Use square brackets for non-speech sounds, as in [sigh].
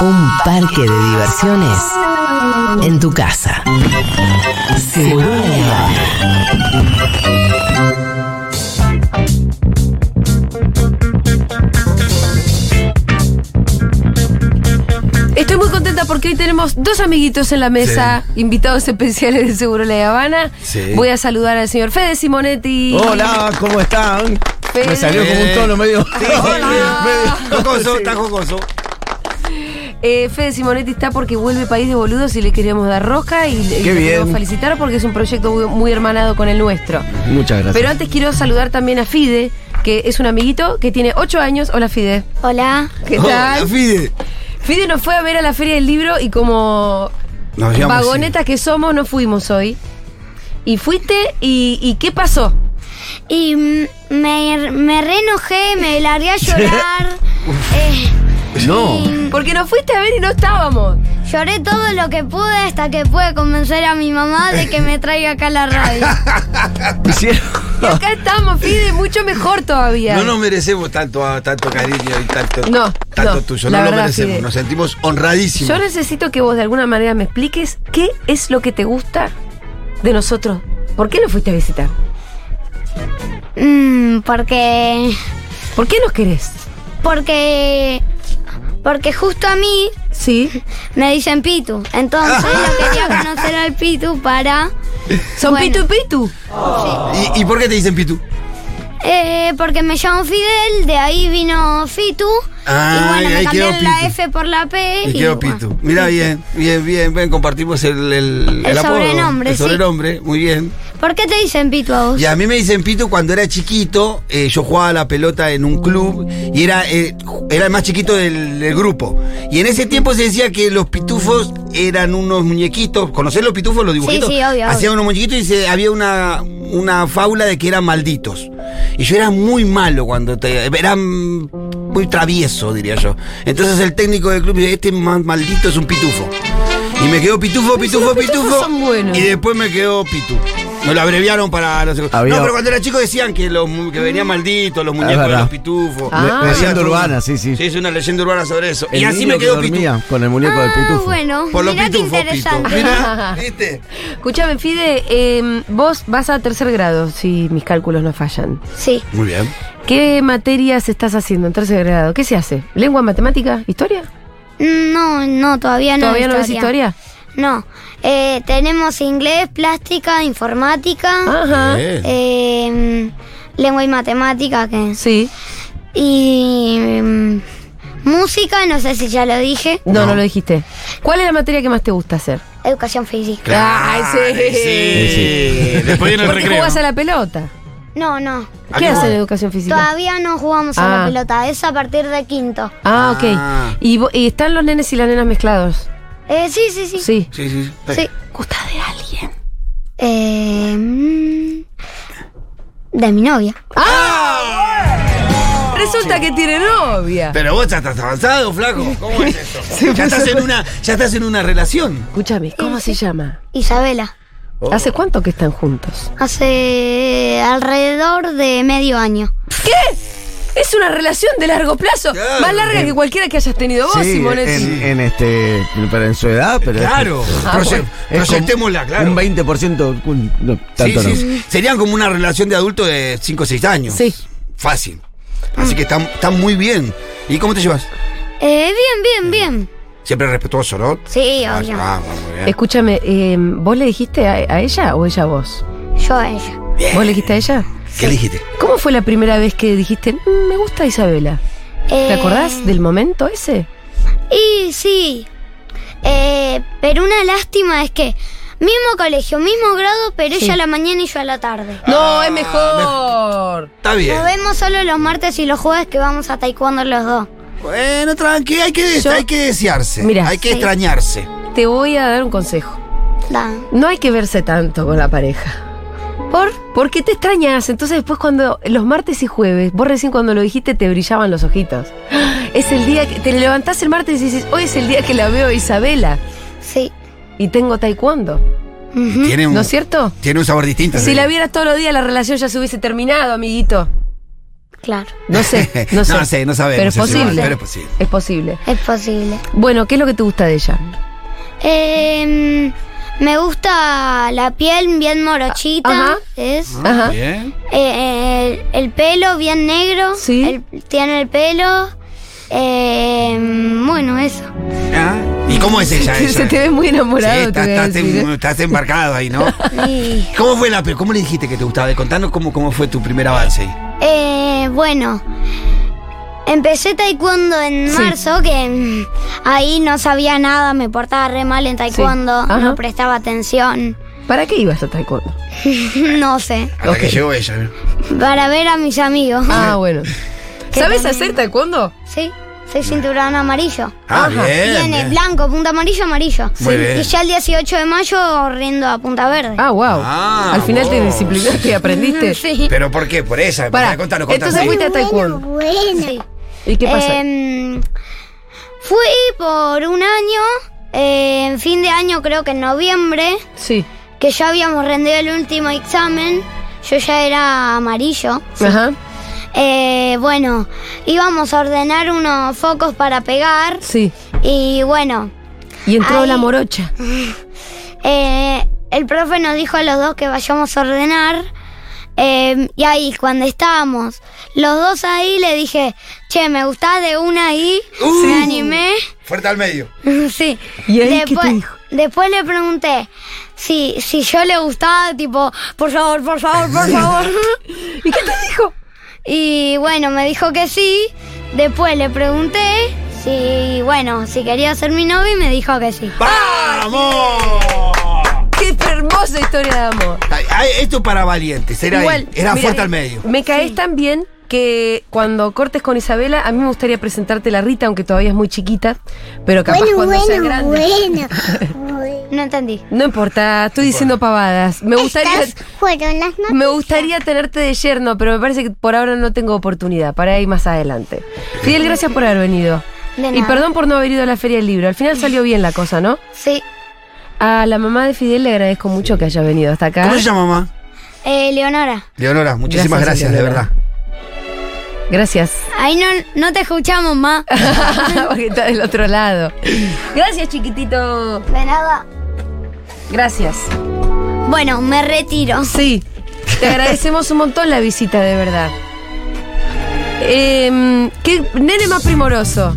Un parque de diversiones en tu casa. Seguro la Estoy muy contenta porque hoy tenemos dos amiguitos en la mesa, invitados especiales de Seguro La Habana. Sí. Voy a saludar al señor Fede Simonetti. Hola, ¿cómo están? Fede. Me salió como un tono medio. Hola. Jocoso, está jocoso. Eh, Fede Simonetti está porque vuelve País de Boludos y le queríamos dar roca y le Qué lo bien. queremos felicitar porque es un proyecto muy, muy hermanado con el nuestro. Muchas gracias. Pero antes quiero saludar también a Fide, que es un amiguito que tiene 8 años. Hola Fide. Hola. ¿Qué Hola, tal? Fide. Fide nos fue a ver a la Feria del Libro y como Nos llevamos, vagonetas que somos, no fuimos hoy. Y fuiste y, y ¿qué pasó? Y mm, me, me re enojé, me largué [laughs] a llorar. eh, No. y Porque nos fuiste a ver y no estábamos. lloré todo lo que pude hasta que pude convencer a mi mamá de que me traiga acá a [laughs] la radio. Hicieron- Y acá estamos, Fide, mucho mejor sí. todavía. No nos merecemos tanto, ah, tanto cariño y tanto, No, tanto no, tuyo. la No lo verdad, merecemos. Fide. Nos sentimos honradísimos. Yo necesito que vos de alguna manera me expliques qué es lo que te gusta de nosotros. ¿Por qué nos fuiste a visitar? Mm, porque. ¿Por qué nos querés? Porque. Porque justo a mí Sí. me dicen Pitu. Entonces [laughs] yo quería conocer al Pitu para. Son Pitu Bueno. y Pitu. ¿Y, y por qué te dicen Pitu? Eh, porque me llamo Fidel, de ahí vino Fitu. Ah, y y bueno, ahí me quedó cambiaron la Pitu. F por la P. Y quedó bueno. Pitu. Mira bien, bien, bien, bien. Compartimos el, el, El apodo, sobrenombre, El sí. sobrenombre, muy bien. ¿Por qué te dicen Pitu a vos? Y a mí me dicen Pitu cuando era chiquito, eh, yo jugaba a la pelota en un club y era, eh, ju- era el más chiquito del, del grupo. Y en ese tiempo se decía que los pitufos eran unos muñequitos. ¿Conocés los pitufos, los dibujitos? sí, obvio, Hacían obvio. unos muñequitos y se- había una, una fábula de que eran malditos. Y yo era muy malo cuando te, era mm, muy travieso, diría yo. Entonces el técnico del club dice, este ma- maldito es un pitufo. Y me quedó pitufo, pitufo, los pitufos pitufo. son buenos. Y después me quedó pitu. Me lo abreviaron para no sé qué. Había- No, pero cuando era chico decían que, los, mu- que venían malditos, los muñecos de verdad. los pitufos. Ah. Le- Había leyenda todo. urbana, sí, sí. Sí, es una leyenda urbana sobre eso. El y así niño me quedó que pitu. dormía Con el muñeco del Ah, pitufo. bueno, Por los mirá qué pitufos, pitu. interesante. Mirá, ¿viste? Escúchame, Fide, eh, vos vas a tercer grado, si mis cálculos no fallan. Sí, Muy bien. ¿Qué materias estás haciendo en tercer grado? ¿Qué se hace? ¿Lengua, matemática, historia? no, no, todavía no. ¿Todavía no ves historia? No, Eh, tenemos inglés, plástica, Ah. informática, Ajá. Bien. eh, lengua y matemática, que es. Sí. Y mm, música, no sé si ya lo dije, No, no, lo dijiste. ¿Cuál es la materia que más te gusta hacer? educación física. Ay, sí. sí. Después viene el ¿Por qué recreo. jugás a la pelota? No, no, ¿A ¿Qué qué haces en jugás? educación física? todavía no jugamos a Ah. la pelota, es a partir de quinto. Ah, ok. Ah. Y, vo- y están los nenes y las nenas mezclados? Eh, sí, sí, sí. Sí. Sí, sí. Sí. ¿Gusta de alguien? Eh, mm, de mi novia. Resulta que tiene novia. Pero vos ya estás avanzado, flaco. ¿Cómo es eso? ya, estás en una, ya estás en una relación. Escúchame, ¿cómo se llama? Isabela. Oh. ¿Hace cuánto que están juntos? Hace alrededor de medio año. ¿Qué? Es una relación de largo plazo, Claro. más larga que cualquiera que hayas tenido vos, Sí, Simonetti. en, en este. Pero en su edad, pero. Claro. Es Proye- como proyectémosla, claro. Un 20%. un- no, Sí, tanto sí, no. sí. Serían como una relación de adulto de 5 o 6 años. Sí. Fácil. Así que están están muy bien. ¿Y cómo te llevas? Eh, bien, bien, bien. Siempre respetuoso, ¿no? Sí, Ah, obvio. ah, muy bien. Escúchame, eh, ¿vos le dijiste a, a ella o ella a vos? Yo a ella. ¿Vos le dijiste a ella? ¿Qué dijiste? ¿Cómo fue la primera vez que dijiste, "Mm, me gusta Isabela? ¿Te Eh, acordás del momento ese? Y sí. Eh, pero una lástima es que mismo colegio, mismo grado, pero Sí. ella a la mañana y yo a la tarde. No, es mejor. Está bien. Nos vemos solo los martes y los jueves que vamos a taekwondo los dos. Bueno, tranqui, hay que, des- Yo- hay que desearse. Mirá. hay que Sí. extrañarse. Te voy a dar un consejo. Da. No hay que verse tanto con la pareja. ¿Por? Porque te extrañas. Entonces, después, cuando los martes y jueves, vos recién cuando lo dijiste, te brillaban los ojitos. [gasps] ¡Ah! Es el día que te levantás el martes y dices, hoy es el día que la veo a Isabela Sí. y tengo taekwondo. Ujú. Tiene un, ¿No es cierto? Tiene un sabor distinto. Si la vieras todos los días, la relación ya se hubiese terminado, amiguito. claro. No [laughs] sé, no sé. No sé, no sabemos, Pero es es igual, posible. pero es posible. Es posible. Es posible. Bueno, ¿qué es lo que te gusta de ella? Eh, me gusta la piel bien morochita. Ah, Ajá. Es. Ajá. Bien. Eh, el, el pelo bien negro. Sí. El- tiene el pelo. Eh, [laughs] bueno, eso. Ah, ¿Y cómo es ella? ella? Se te ve muy enamorado, Sí, te estás, voy a estás decir, em- ¿eh? estás embarcado [laughs] ahí, ¿no? Y, ¿Cómo fue la pe- ¿Cómo le dijiste que te gustaba? Contanos cómo, cómo fue tu primer avance. ahí. eh, bueno. Empecé taekwondo en Sí. marzo, que mm, ahí no sabía nada, me portaba re mal en taekwondo, Ajá. no prestaba atención, [laughs] ¿Para qué ibas a taekwondo? [laughs] no sé, Hasta Ok. que llegó ella, ¿no? para ver a mis amigos. Ah, bueno. Que ¿Sabes también- hacer taekwondo? Sí, soy cinturón amarillo. Ah, Ajá. bien. Tiene bien. blanco, punta amarillo, amarillo. Muy bien. Y ya el 18 de mayo rindo a punta verde. Ah, wow. Ah, Al final te wow. disciplinaste y aprendiste. [laughs] [laughs] Sí. ¿Pero por qué? Por esa. Pará, Para, contanos, contanos. entonces sí. fuiste a taekwondo. Bueno. Sí. ¿Y qué pasa? Em, fui por un año, eh, en fin de año creo que en noviembre, sí. que ya habíamos rendido el último examen. Yo ya era amarillo. Ajá. Eh, bueno, íbamos a ordenar unos focos para pegar. Sí. Y bueno, Y entró Ahí- la morocha. Eh, el profe nos dijo a los dos que vayamos a ordenar. eh, y ahí, cuando estábamos los dos ahí, le dije, che, me gustaba de una ahí. Uh. Me animé. [laughs] Fuerte al medio. sí. ¿Y ahí qué te dijo? después le pregunté si, si yo le gustaba, tipo, por favor, por favor, por favor. [laughs] [laughs] ¿Y qué te dijo? y bueno, me dijo que sí. Después le pregunté si, bueno, si quería ser mi novio y me dijo que sí. ¡Vamos! [laughs] ¡Qué hermosa historia de amor! Ay, ay, Esto para valientes, era, ahí, mira, eh. era ¿Ah? fuerte al medio. Me caes tan bien que cuando cortes con Isabela, a mí me gustaría presentarte la Rita, aunque todavía es muy chiquita, pero capaz cuando sea grande. [laughs] No entendí. No importa, estoy diciendo pavadas. Me gustaría, fueron las me gustaría tenerte de yerno, pero me parece que por ahora no tengo oportunidad. Para ir más adelante. Fidel, gracias por haber venido. De Y nada. perdón por no haber ido a la Feria del Libro. Al final salió bien la cosa, ¿no? Sí. A la mamá de Fidel le agradezco mucho que haya venido hasta acá. ¿Cómo se llama, mamá? Eh, Leonora, Leonora, muchísimas Gracias, gracias, Leonora. de verdad. Gracias. [laughs] ahí no, no te escuchamos más. Porque está del otro lado. Gracias, chiquitito. De nada. Gracias. Bueno, me retiro. Sí, te agradecemos un montón la visita, de verdad. Em, ¿Qué nene más primoroso?